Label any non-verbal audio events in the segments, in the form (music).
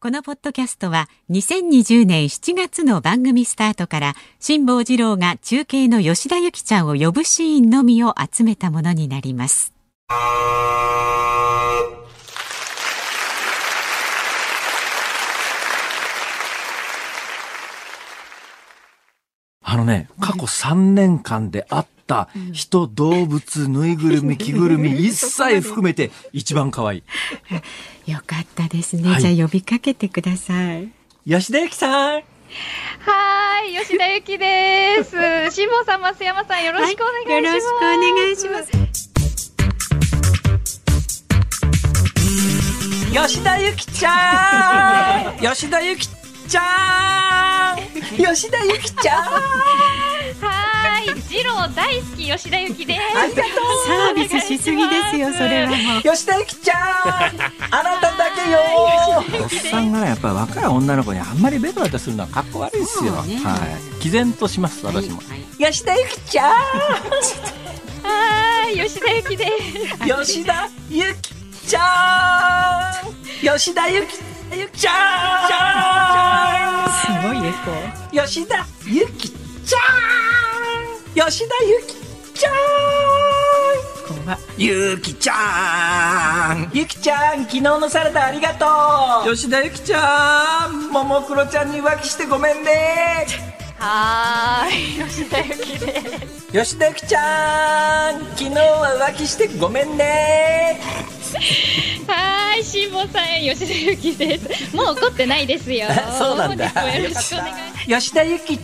このポッドキャストは2020年7月の番組スタートから辛坊治郎が中継の吉田由紀ちゃんを呼ぶシーンのみを集めたものになりますあのね、過去3年間であった人、動物、ぬいぐるみ、着ぐるみ、一切含めて一番可愛い。よかったですね、はいじゃあ呼びかけてください吉田ゆきさはんーい、吉田ゆき (laughs) です。辛坊さん、増山さん、よろしくお願はいいします。よろしくお願いします吉田ゆきちゃん吉田ゆきちゃん吉田ゆきちゃんはーい、二郎大好き吉田ゆきです。ありがとうサービスしすぎですよそれはもう吉田ゆきちゃんあなただけよおっさんがねやっぱり若い女の子にあんまりベタベタするのはかっこ悪いですよ、そうねはい毅然とします私も、はい吉田ゆきちゃはーい、吉田ゆきです。ん吉田ゆきちゃん吉田ゆきちゃすごいエコーん吉田ゆきちゃん吉田ゆきちゃん怖っゆきちゃんゆきちゃん昨日のサラダありがとう吉田ゆきちゃんももクロちゃんに浮気してごめんねはーい、吉田ゆきです。吉田ゆきちゃん昨日は浮気してごめんね。はーい、辛坊さん、吉田ゆきです。もう怒ってないです (laughs) よそうなんだ本日もよろしくお願いします。吉田ゆき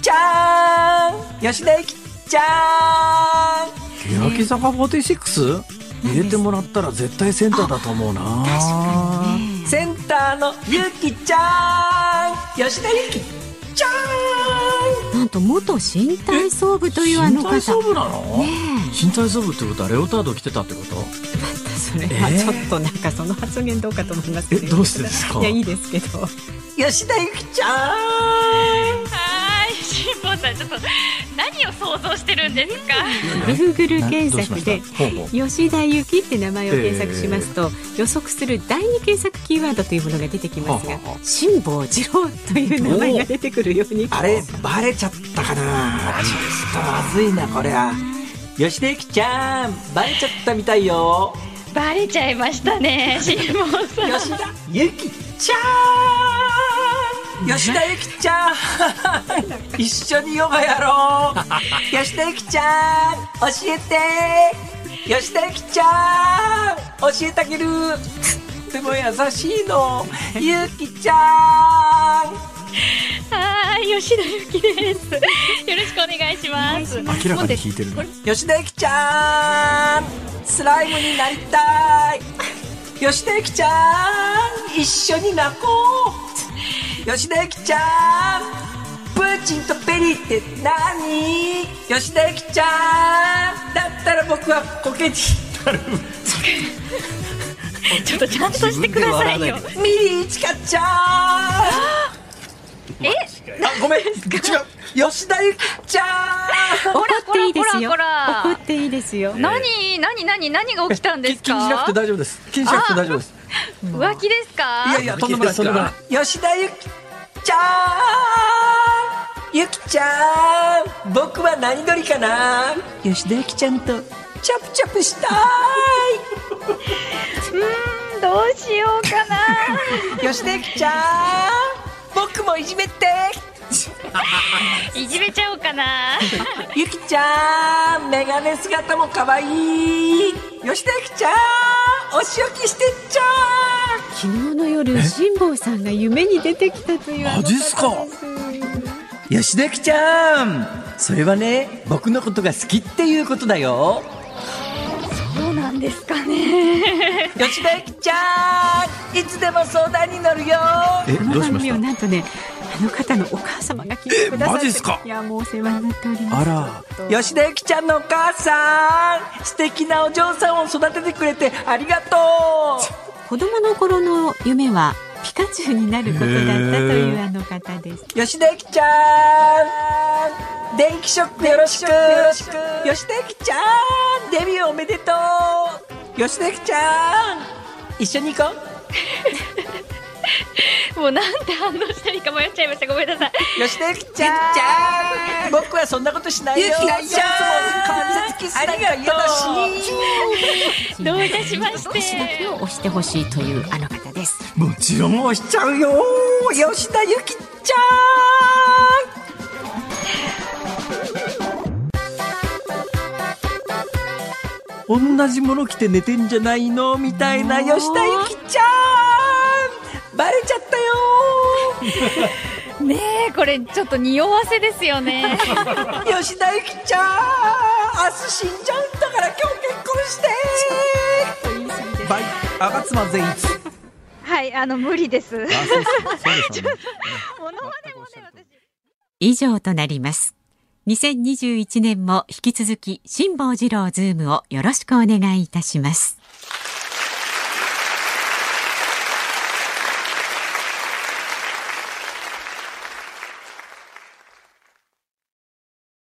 ちゃん吉田ゆきちゃん欅坂46入れてもらったら絶対センターだと思うな確かに、センターのゆきちゃん吉田ゆきちゃなんと元新体操部とんいうあの方身体操部なの、ね身体操部ってことはレオタード着てたってことえそれはえーちょっとなんかその発言どうかと思いますけえど、どうしてですかいやいいですけど吉田ゆきちゃんはーい、辛坊さん、ちょっと何を想像してるんです (laughs) か。 Google 検索でどうしましたほうほう吉田ゆきって名前を検索しますと、予測する第二検索キーワードというものが出てきますがはあはあ辛坊治郎という名前が出てくるようにあれバレちゃったかなちょっとまずいなこれは吉田ゆきちゃんバレちゃったみたいよバレちゃいましたね、辛坊さん。吉田ゆきちゃん吉田ゆきちゃん一緒にヨガやろう吉田ゆきちゃん教えて吉田ゆきちゃん教えてあげるでも優しいのゆきちゃんはーい、吉田ゆきです。よろしくお願いします。明らかに引いてる。これ吉田ゆきちゃんスライムになりたい吉田ゆきちゃん一緒に泣こう吉田ゆきちゃんプーチンとペリーって何吉田ゆきちゃんだったら僕はコケチちょっとちゃんとしてくださいよ。ミリーチカちゃんえあごめん違う吉田ゆきちゃん怒っていいですよこらこらこ怒らっていいですよ何、何、何、何が起きたんですか。大丈夫です気にしなくて大丈夫です浮気ですか。いやいや、とんでもない、とんでもない。吉田ゆきちゃんゆきちゃん僕は何鳥かな吉田ゆきちゃんと、チャプチャプしたうーん、どうしようかな。 (laughs) い吉田ゆきちゃん僕もいじめていじめちゃおうかな。ゆきちゃんメガネ姿も可愛い吉田ゆきちゃんお仕置きしてっちゃ昨日の夜辛坊さんが夢に出てきたというあのマジっすか方ですう吉田ゆきちゃんそれはね、僕のことが好きっていうことだよ。そうなんですかね。 (laughs) 吉田ゆきちゃんいつでも相談に乗るよえこのどうし番まし組をたなんとねあの方のお母様が聞いてくださってえマジっすかいやもうお世話になっておりますあら吉田ゆきちゃんのお母さん素敵なお嬢さんを育ててくれてありがとう子供の頃の夢はピカチュウになることだったというあの方です。吉田ゆきちゃん電気ショックよろしく吉田ゆきちゃんデビューおめでとう吉田ゆきちゃん一緒に行こうもうなんて反応したらいいか迷っちゃいましたごめんなさい吉田ゆきちゃん僕はそんなことしないよゆきちゃん関節キスなんか嫌だしどういたしまして星だけを押してほしいというあの方ですもちろん押しちゃうよ吉田ゆきちゃん同じもの着て寝てんじゃないのみたいな吉田ゆきちゃんバレちゃったよねえこれちょっと匂わせですよ (laughs) ね (laughs) 吉田ゆきちゃん明日死んじゃうんだから今日結婚してバイアガツマ善逸はい、あの無理です。もあそうそうそうでしょうねのまねもね、私。以上となります2021年も引き続き辛坊治郎ズームをよろしくお願いいたします